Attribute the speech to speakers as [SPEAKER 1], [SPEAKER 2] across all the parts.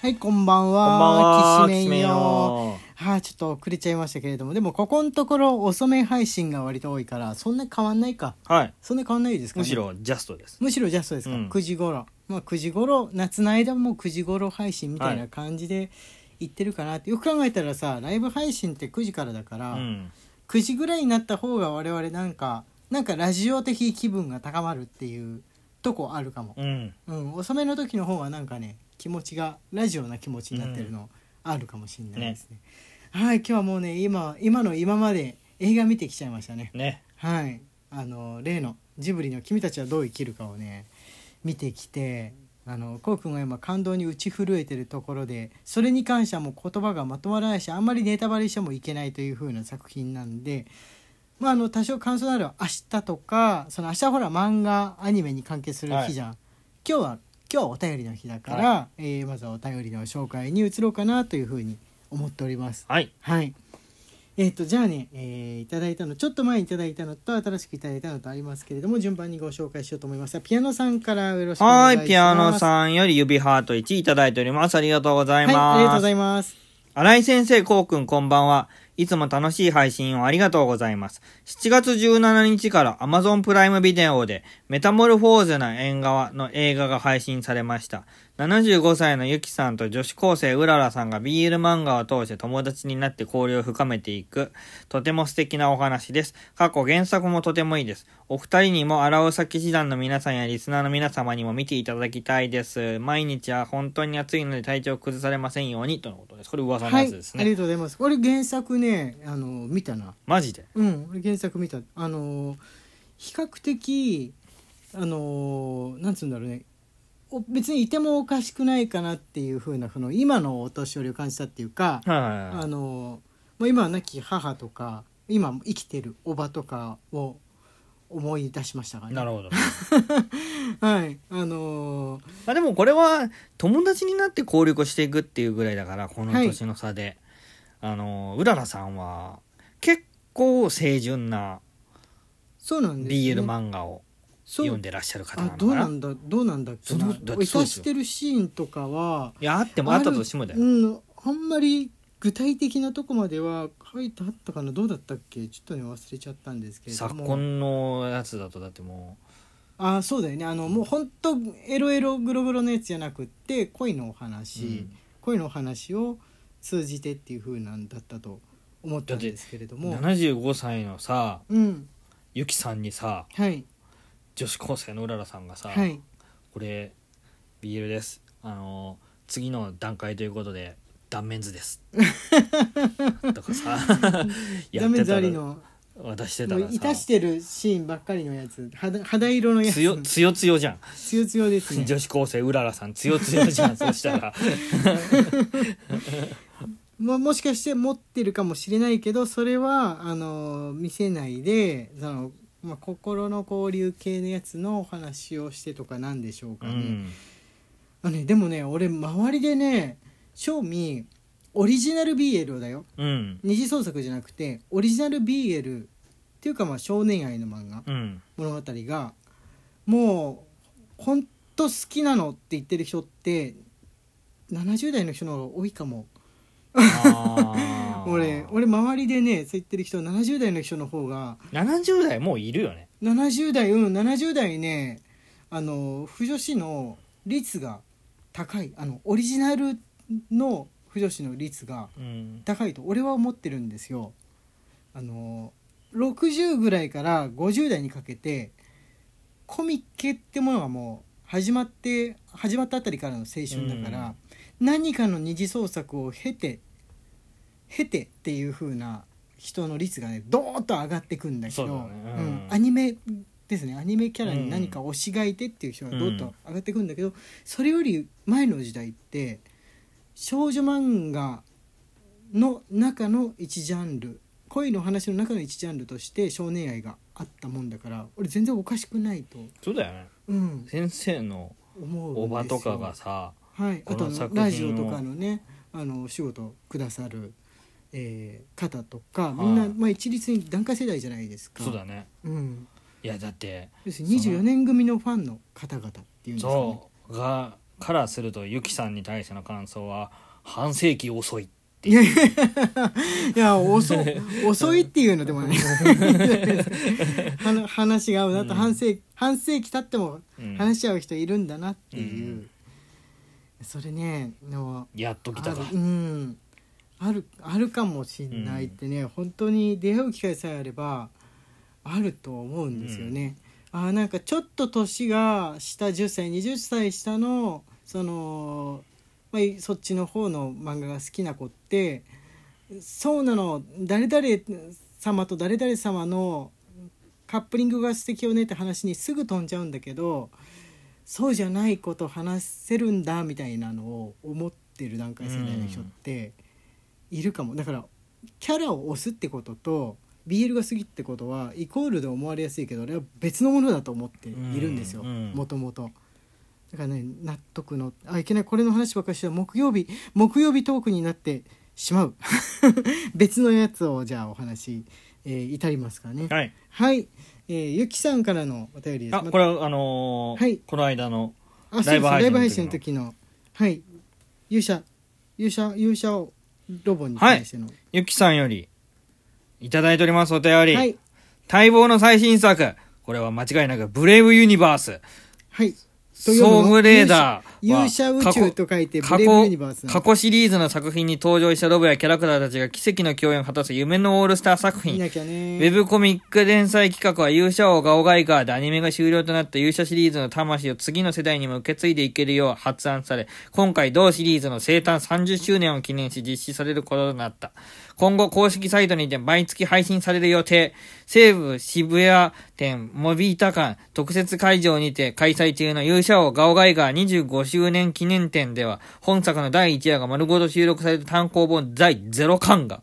[SPEAKER 1] はい、こんばんは。
[SPEAKER 2] こんばんは
[SPEAKER 1] きしめん
[SPEAKER 2] きしめん
[SPEAKER 1] よ
[SPEAKER 2] よ。
[SPEAKER 1] はい、ちょっと遅れちゃいましたけれども、でもここのところ遅め配信が割と多いから、そんな変わんないか。
[SPEAKER 2] はい
[SPEAKER 1] そんな変わんないですか、ね、
[SPEAKER 2] むし。ろジャストです
[SPEAKER 1] むしろジャストですか。
[SPEAKER 2] うん
[SPEAKER 1] 9時頃。まあ9時頃、夏の間も9時頃配信みたい
[SPEAKER 2] は
[SPEAKER 1] ない感じで行ってるかなって。よく考えたらさ、ライブ配信って9時からだから、
[SPEAKER 2] うん
[SPEAKER 1] 9時ぐらいになった方が我々なんか、なんかラジオ的気分が高まるっていうとこあるかも。
[SPEAKER 2] うん
[SPEAKER 1] うん、遅めの時の方はなんかね気持ちがラジオな気持ちになってるのあるかもしれないですね,、はい今日はもうね今今の今まで映画見てきちゃいましたね
[SPEAKER 2] ね
[SPEAKER 1] はいあの例のジブリの「君たちはどう生きるか」をね見てきてあのこうくんが今感動に打ち震えてるところでそれに関してはもう言葉がまとまらないしあんまりネタバレしてもいけないという風な作品なんで、まあ、あの多少感想のある明日とかその明日ほら漫画アニメに関係する日じゃん、今日は今日はお便りの日だから、えーまずはお便りの紹介に移ろうかなという風に思っております。
[SPEAKER 2] はい
[SPEAKER 1] はい。えっ、とじゃあね、えーいただいたのちょっと前にいただいたのと新しくいただいたのとありますけれども順番にご紹介しようと思います。ピアノさんからよろしくお
[SPEAKER 2] は
[SPEAKER 1] 願いします。
[SPEAKER 2] いピアノ
[SPEAKER 1] ん。
[SPEAKER 2] さんより指ハート1いただいておりますありがとうござ
[SPEAKER 1] はいい、ありがとう
[SPEAKER 2] ま
[SPEAKER 1] ご
[SPEAKER 2] す
[SPEAKER 1] ざいます。
[SPEAKER 2] 新井先生、こうくん、こんばんは。いつも楽しい配信をありがとうございます。7月17日から Amazon プライムビデオで、メタモルフォーゼな縁側の映画が配信されました。75歳のゆきさんと女子高生うららさんが BL 漫画を通して友達になって交流を深めていく、とても素敵なお話です。過去原作もとてもいいです。お二人にも荒尾崎師団の皆さんやリスナーの皆様にも見ていただきたいです。毎日は本当に暑いので体調崩されませんように、とのことです。これ噂の
[SPEAKER 1] は
[SPEAKER 2] や
[SPEAKER 1] い
[SPEAKER 2] つです、
[SPEAKER 1] あ
[SPEAKER 2] ね。
[SPEAKER 1] りがとうございます。俺原作ねあの見たな。
[SPEAKER 2] マジで
[SPEAKER 1] うん、俺原作見た。あの比較的あのなんつうんだろうね。お別にいてもおかしくないかなっていう風なその今のお年寄りを感じたっていうか、
[SPEAKER 2] はい
[SPEAKER 1] あのまあ今は亡き母とか今生きてるおばとかを思い出しましたから、ね、
[SPEAKER 2] なるほど。
[SPEAKER 1] はいあのー
[SPEAKER 2] まあでもこれは友達になって交流をしていくっていうぐらいだから、この年の差で。あの、うららさんは結構清純な
[SPEAKER 1] そうなんです、ね、
[SPEAKER 2] BL 漫画を
[SPEAKER 1] そう
[SPEAKER 2] 読んでらっしゃる方な
[SPEAKER 1] あ
[SPEAKER 2] の
[SPEAKER 1] どう
[SPEAKER 2] かな。
[SPEAKER 1] なんだどうなんだっけな
[SPEAKER 2] そうだってそう
[SPEAKER 1] 生か
[SPEAKER 2] です
[SPEAKER 1] し
[SPEAKER 2] よ
[SPEAKER 1] てるシーンとかはい
[SPEAKER 2] や、あってもあったとしてもだ
[SPEAKER 1] ある
[SPEAKER 2] よ。
[SPEAKER 1] うん、あんまり具体的なとこまでは書いてあったかなどうだったっけちょっとね忘れちゃったんですけれど
[SPEAKER 2] 昨
[SPEAKER 1] も
[SPEAKER 2] 今のやつだとだっても
[SPEAKER 1] あそうだよねあのもう本当エロエログログロのやつじゃなくって恋のお話、
[SPEAKER 2] うん
[SPEAKER 1] 恋のお話を通じてっていう風なんだったと思ったんですけれど
[SPEAKER 2] う
[SPEAKER 1] も
[SPEAKER 2] 75歳のさ
[SPEAKER 1] うん
[SPEAKER 2] ゆきさんにさ
[SPEAKER 1] はい
[SPEAKER 2] 女子高生のうららさんがさ
[SPEAKER 1] はい
[SPEAKER 2] 「これ BL ですあの次の段階ということで断面図 です」とかさや
[SPEAKER 1] ダ
[SPEAKER 2] っ
[SPEAKER 1] メ
[SPEAKER 2] てた
[SPEAKER 1] ザ
[SPEAKER 2] ら
[SPEAKER 1] リの
[SPEAKER 2] 渡して
[SPEAKER 1] も
[SPEAKER 2] た
[SPEAKER 1] う
[SPEAKER 2] ら
[SPEAKER 1] いたし
[SPEAKER 2] さ
[SPEAKER 1] てるシーンばっかりのやつ肌肌色のやつ
[SPEAKER 2] 強強強じゃん、
[SPEAKER 1] 強強ですね
[SPEAKER 2] 女子高生うららさん強強じ ゃんそしたら
[SPEAKER 1] ももしかして持ってるかもしれないけどそれはあの見せないでその、まあ、心の交流系のやつのお話をしてとかなんでしょう
[SPEAKER 2] う
[SPEAKER 1] かね。
[SPEAKER 2] ん
[SPEAKER 1] あねでもね俺周りでね正味オリジナル BL だよ
[SPEAKER 2] うん
[SPEAKER 1] 二次創作じゃなくてオリジナル BL っていうかまあ少年愛の漫画
[SPEAKER 2] うん
[SPEAKER 1] 物語がもうほんと好きなのって言ってる人って70代の人の方が多いかも
[SPEAKER 2] あー
[SPEAKER 1] 俺俺周りでねそう言ってる人70代の人の方が
[SPEAKER 2] 70代もういるよね
[SPEAKER 1] 70代うん70代ねあの不女子の率が高いあのオリジナルの不女子の率が
[SPEAKER 2] うん
[SPEAKER 1] 高いと俺は思ってるんですよ。あの60ぐらいから50代にかけてコミケってものがもう始まって始まったあたりからの青春だから、何かの二次創作を経て経てっていう風な人の率がねドーッと上がってくんだけ
[SPEAKER 2] そ
[SPEAKER 1] ど
[SPEAKER 2] うだねうん
[SPEAKER 1] うんアニメですねアニメキャラに何か推しがいてっていう人がどーッと上がってくんだけど、それより前の時代って少女漫画の中の一ジャンル恋の話の中の一ジャンルとして少年愛があったもんだから俺全然おかしくないと、
[SPEAKER 2] そうだよね
[SPEAKER 1] うん、
[SPEAKER 2] 先生の
[SPEAKER 1] 思うんですよ
[SPEAKER 2] おばとかがさ
[SPEAKER 1] はい、あ
[SPEAKER 2] こと
[SPEAKER 1] あ
[SPEAKER 2] の
[SPEAKER 1] の
[SPEAKER 2] 作品を
[SPEAKER 1] ラジオとかのねあのお仕事くださる、えー方とかみんな、
[SPEAKER 2] はい
[SPEAKER 1] まあ、一律に団塊世代じゃないですか
[SPEAKER 2] そうだね
[SPEAKER 1] うん、
[SPEAKER 2] いやだって
[SPEAKER 1] 要するに24年組のファンの方々っていうんですかね
[SPEAKER 2] そうがからするとユキさんに対しての感想は半世紀遅い
[SPEAKER 1] いや遅 遅いっていう のでもねあの話が合うなと、
[SPEAKER 2] うん
[SPEAKER 1] 半世半世紀経っても
[SPEAKER 2] うん
[SPEAKER 1] 話し合う人いるんだなっていう、
[SPEAKER 2] うん
[SPEAKER 1] それねでも
[SPEAKER 2] やっと来
[SPEAKER 1] あ
[SPEAKER 2] た
[SPEAKER 1] る
[SPEAKER 2] か
[SPEAKER 1] うんあるあるかもしんないってね、本当に出会う機会さえあればあると思うんですよね。あーなんかちょっと年が下10歳20歳下のその、まあ、いそっちの方の漫画が好きな子ってそうなの誰々様と誰々様のカップリングが素敵よねって話にすぐ飛んじゃうんだけどそうじゃないこと話せるんだみたいなのを思ってる段階世代の人っているかも、だからキャラを押すってことと BL が過ぎってことはイコールで思われやすいけどあれは別のものだと思っているんですよ
[SPEAKER 2] うんうん
[SPEAKER 1] もともと。だからね納得のあいけないこれの話ばっかりしては木曜日木曜日トークになってしまう 別のやつをじゃあお話、えー至りますかね。
[SPEAKER 2] はい
[SPEAKER 1] はい、えー、ゆきさんからのお便りです。
[SPEAKER 2] あ
[SPEAKER 1] ま
[SPEAKER 2] これはあのー
[SPEAKER 1] はい
[SPEAKER 2] この間の
[SPEAKER 1] あそう
[SPEAKER 2] ライ
[SPEAKER 1] です
[SPEAKER 2] ブ
[SPEAKER 1] ライブ配
[SPEAKER 2] 配
[SPEAKER 1] 信
[SPEAKER 2] 信
[SPEAKER 1] の
[SPEAKER 2] の
[SPEAKER 1] 時のはい勇者勇者勇者をロボに対しての
[SPEAKER 2] ユキさんよりいただいておりますお便り、
[SPEAKER 1] はい
[SPEAKER 2] 待望の最新作これは間違いなくブレイブユニバース
[SPEAKER 1] はい
[SPEAKER 2] ソーグレーダーは
[SPEAKER 1] 勇者勇者宇宙と書いてブ
[SPEAKER 2] 過
[SPEAKER 1] レイブユニ
[SPEAKER 2] 去
[SPEAKER 1] バースな
[SPEAKER 2] 過去シリーズの作品に登場したロボやキャラクターたちが奇跡の共演を果たす夢のオールスター作
[SPEAKER 1] 見
[SPEAKER 2] 品
[SPEAKER 1] なきゃ
[SPEAKER 2] ウ
[SPEAKER 1] ね
[SPEAKER 2] ェブコミック連載企画は勇者王ガオガイガーでアニメが終了となった勇者シリーズの魂を次の世代にも受け継いでいけるよう発案され、今回同シリーズの生誕30周年を記念し実施されることとなった。今後公式サイトにて毎月配信される予定、西武渋谷店モビータ館特設会場にて開催中の勇者王ガオガイガー25周年記念展では、本作の第1話が丸ごと収録された単行本第0巻が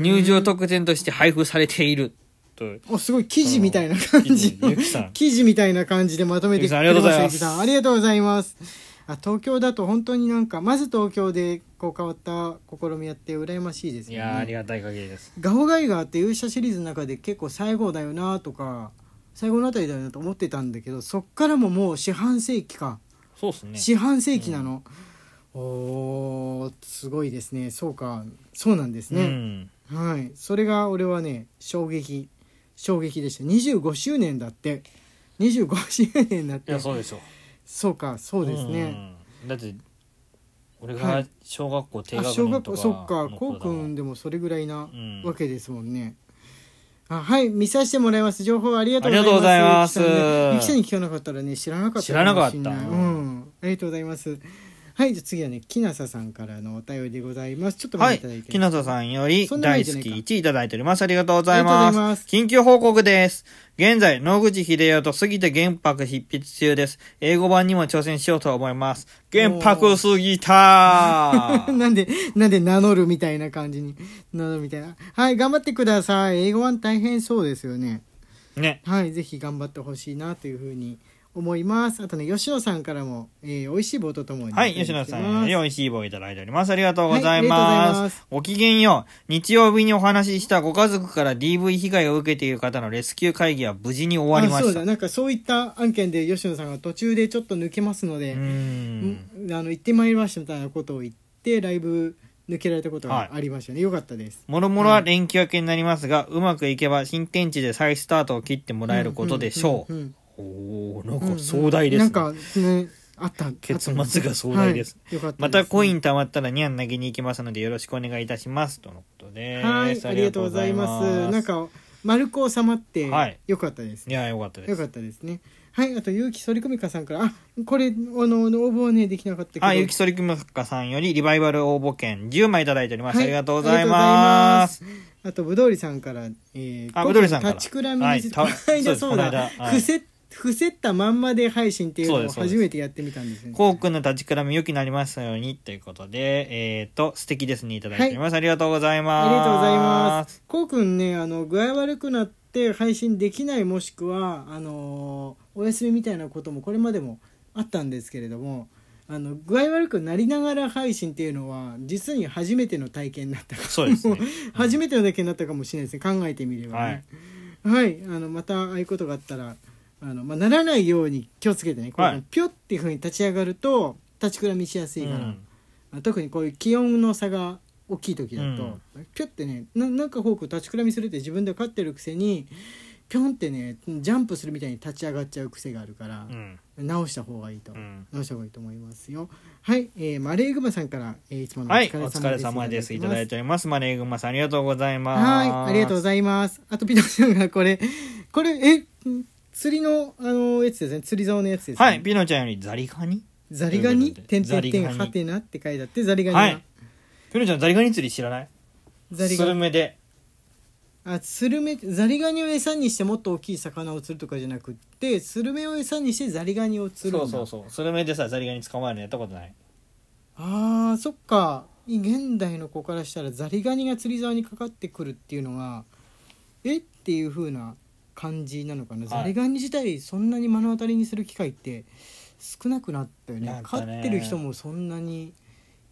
[SPEAKER 2] 入場特典として配布されている。と
[SPEAKER 1] おすごい記事みたいな感じ
[SPEAKER 2] ゆきさん
[SPEAKER 1] 記事みたいな感じでまとめて
[SPEAKER 2] ゆきさんありがとうございます
[SPEAKER 1] くれたゆきさんありがとうございますあ東京だと本当になんかまず東京でこう変わった試みやって羨ましいです
[SPEAKER 2] い
[SPEAKER 1] よね
[SPEAKER 2] やーありがたい限りです。
[SPEAKER 1] ガオガイガーって勇者シリーズの中で結構最後だよなとか最後のあたりだよなと思ってたんだけどそっからももう四半世紀か、
[SPEAKER 2] そうっすね。
[SPEAKER 1] 四半世紀なの、おーすごいですねそうかそうなんで
[SPEAKER 2] う
[SPEAKER 1] すね、
[SPEAKER 2] ん。
[SPEAKER 1] はいそれが俺はね衝撃衝撃でした25周年だって25周年だっ
[SPEAKER 2] い
[SPEAKER 1] て
[SPEAKER 2] やそうでしょ。
[SPEAKER 1] そうかそうですね、
[SPEAKER 2] うん。だって俺
[SPEAKER 1] は
[SPEAKER 2] が
[SPEAKER 1] い
[SPEAKER 2] 小学校低
[SPEAKER 1] あ
[SPEAKER 2] 学
[SPEAKER 1] 小
[SPEAKER 2] 年
[SPEAKER 1] 学
[SPEAKER 2] と
[SPEAKER 1] 校
[SPEAKER 2] か
[SPEAKER 1] そっか
[SPEAKER 2] の
[SPEAKER 1] こ
[SPEAKER 2] 頃
[SPEAKER 1] う
[SPEAKER 2] だ
[SPEAKER 1] く
[SPEAKER 2] もん
[SPEAKER 1] んでもそれぐらいな
[SPEAKER 2] うん
[SPEAKER 1] わけですもんね、あはい見させてもらいます情報ありがとうございます
[SPEAKER 2] ありがとうございます
[SPEAKER 1] ゆきさんねゆきさんに聞かなかったらね知らなかった
[SPEAKER 2] 知らなかった
[SPEAKER 1] もしんいうんありがとうございますはいじゃあ次はねきなささんからのお便りでございますちょっと
[SPEAKER 2] は
[SPEAKER 1] 待っ
[SPEAKER 2] い
[SPEAKER 1] ていただい。て、
[SPEAKER 2] 木下さんより
[SPEAKER 1] そんな前
[SPEAKER 2] 大
[SPEAKER 1] じゃな
[SPEAKER 2] 好
[SPEAKER 1] いか
[SPEAKER 2] き1いただいております。ありがとうございま
[SPEAKER 1] あり
[SPEAKER 2] す。
[SPEAKER 1] がとうございます
[SPEAKER 2] 緊急報告です。現在、野口秀代と杉田玄白執筆中です。英語版にも挑戦しようと思います。玄白杉田
[SPEAKER 1] なんで、なんで名乗るみたいな感じに、名乗るみたいな。はい、頑張ってください。英語は大変そうですよね。
[SPEAKER 2] ね。
[SPEAKER 1] はい、ぜひ頑張ってほしいなというふうに思います。あとね、吉野さんからも、えー、美味しい棒とともに。
[SPEAKER 2] はい、吉野さんより美味しい棒をいただいております。ありがとうござい
[SPEAKER 1] はいありがと
[SPEAKER 2] ま
[SPEAKER 1] うご
[SPEAKER 2] す。
[SPEAKER 1] ざいます
[SPEAKER 2] ごきげんよう。日曜日にお話ししたご家族から DV 被害を受けている方のレスキュー会議は無事に終わりま
[SPEAKER 1] あそう
[SPEAKER 2] した。
[SPEAKER 1] だ
[SPEAKER 2] う
[SPEAKER 1] なんかそういった案件で吉野さんが途中でちょっと抜けますので、
[SPEAKER 2] ん。
[SPEAKER 1] んあの行ってまいりましたみたいなことを言ってライブ抜けられたことがありましたね、よかったです
[SPEAKER 2] もろもろは連休明けになりますが、うまくいけば新天地で再スタートを切ってもらえることでしょう。
[SPEAKER 1] んん
[SPEAKER 2] おー、
[SPEAKER 1] うん
[SPEAKER 2] なんか壮大ですね。
[SPEAKER 1] なんかねあった
[SPEAKER 2] 結末が壮大です、
[SPEAKER 1] はいよかった
[SPEAKER 2] またコイ
[SPEAKER 1] ン
[SPEAKER 2] ン貯まったらニャン投げに行きますのでよろしくお願いいたします。とのことです。
[SPEAKER 1] はいありがとうございますなんか丸く収まって
[SPEAKER 2] はい
[SPEAKER 1] よかったです、
[SPEAKER 2] いや、よかったです
[SPEAKER 1] よ。かったですねはいあと結城そりこみかさんからあこれあの応募はねできなかったけど
[SPEAKER 2] あ、ゆきそりくむかさんよりリバイバル応募券10枚いただいております。
[SPEAKER 1] はい
[SPEAKER 2] ありがとうございます。
[SPEAKER 1] あと、ぶどうりさんから、えー、
[SPEAKER 2] あぶどうりさんから
[SPEAKER 1] 立ちくらみについて、
[SPEAKER 2] は
[SPEAKER 1] こ
[SPEAKER 2] いた
[SPEAKER 1] の間
[SPEAKER 2] そ
[SPEAKER 1] そ
[SPEAKER 2] ですこの
[SPEAKER 1] ううだ
[SPEAKER 2] 間はい
[SPEAKER 1] 伏せ、伏せったまんまで配信っていう
[SPEAKER 2] そう
[SPEAKER 1] のを
[SPEAKER 2] ですそうです
[SPEAKER 1] 初めてやってみたんですよね。
[SPEAKER 2] こうくんの立ちくらみ良きになりますようにということで、えっ、と、素敵ですねいただいております。ありがとうございます。
[SPEAKER 1] ありがとうございます。こうくんね、あの、具合悪くなって配信できないもしくは、あのーお休みみたいなこともこれまでもあったんですけれども、あの、具合悪くなりながら配信っていうのは、実に初めての体験だったから
[SPEAKER 2] そうですね。
[SPEAKER 1] 初めてのだけになったかもしれないですね考えてみればねはい、あのまたああいうことがあったらあの、まあ、ならないように気をつけてねこう、
[SPEAKER 2] はい
[SPEAKER 1] ピョッっていうふうに立ち上がると立ちくらみしやす いから、
[SPEAKER 2] うん
[SPEAKER 1] 特にこういう気温の差が大きい時だと、ピュッてねななんかフォーク立ちくらみするって自分で分かってるくせにピョンってねジャンプするみたいに立ち上がっちゃう癖があるから
[SPEAKER 2] う、ん
[SPEAKER 1] 直した方がいいと、
[SPEAKER 2] うん
[SPEAKER 1] 直した方がいいと思いますよはい、えーマレーグマさんから、えーいつもの
[SPEAKER 2] はい、お疲れ様です。いただい
[SPEAKER 1] て
[SPEAKER 2] ております。マレーグマさん、ありがとうございます。
[SPEAKER 1] はいありがとうご
[SPEAKER 2] ざい
[SPEAKER 1] ざいますあとピノちゃんがこれこれえん釣りのあのやつですね釣り竿のやつですね
[SPEAKER 2] はい、ピノちゃんよりザリガニ
[SPEAKER 1] ザリガニ
[SPEAKER 2] ということで
[SPEAKER 1] 点
[SPEAKER 2] ザ
[SPEAKER 1] 々
[SPEAKER 2] リガ
[SPEAKER 1] 点
[SPEAKER 2] ニ
[SPEAKER 1] はてなって書いてあってザリガニは、
[SPEAKER 2] はい。ピノちゃん、ザリガニ釣り知らない
[SPEAKER 1] ザリ
[SPEAKER 2] ス
[SPEAKER 1] ガ
[SPEAKER 2] ル
[SPEAKER 1] ニ
[SPEAKER 2] メで。
[SPEAKER 1] あスルメザリガニを餌にしてもっと大きい魚を釣るとかじゃなくってスルメを餌にしてザリガニを釣るん
[SPEAKER 2] そ
[SPEAKER 1] だ
[SPEAKER 2] うそうそう。スルメでさ、ザリガニ捕まえるのやったことない。
[SPEAKER 1] あーそっか現代の子からしたらザリガニが釣り竿にかかってくるっていうのがえっていう風な感じなのかな、
[SPEAKER 2] はい
[SPEAKER 1] ザリガニ自体そんなに目の当たりにする機会って少なくなったよね
[SPEAKER 2] なんか
[SPEAKER 1] 飼
[SPEAKER 2] ね
[SPEAKER 1] ってる人もそんなに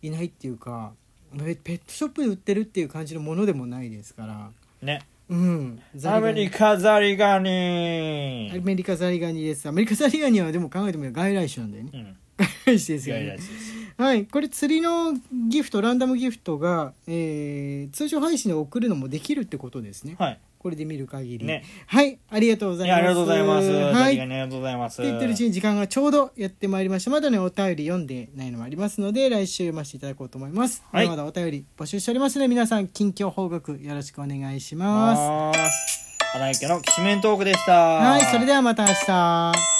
[SPEAKER 1] いないっていうかペペットショップで売ってるっていう感じのものでもないですから
[SPEAKER 2] ね。
[SPEAKER 1] うん
[SPEAKER 2] アメリカザリガニ
[SPEAKER 1] アメリカザリガニですアメリカザリガニはでも考えてみれば外来種なんだよね
[SPEAKER 2] うん。
[SPEAKER 1] 外来種ですよ
[SPEAKER 2] 外
[SPEAKER 1] ね
[SPEAKER 2] 来種です。
[SPEAKER 1] はい、これ釣りのギフトランダムギフトが、えー通常配信で送るのもできるってことですね、
[SPEAKER 2] はい。
[SPEAKER 1] これで見る限り、
[SPEAKER 2] ね。
[SPEAKER 1] はいありがとうござ
[SPEAKER 2] い
[SPEAKER 1] い
[SPEAKER 2] や、
[SPEAKER 1] ます
[SPEAKER 2] ありがとうございます。
[SPEAKER 1] は
[SPEAKER 2] ザ
[SPEAKER 1] い
[SPEAKER 2] リガニありがとうございます。
[SPEAKER 1] って言ってるうちに時間がちょうどやってまいりましたまだねお便り読んでないのもありますので来週読ませていただこうと思います、
[SPEAKER 2] はい
[SPEAKER 1] まだまだお便り募集しておりますので皆さん近況報告よろしくお願いします
[SPEAKER 2] ます。荒井家のきしめんトークでした。
[SPEAKER 1] はいそれではまた明日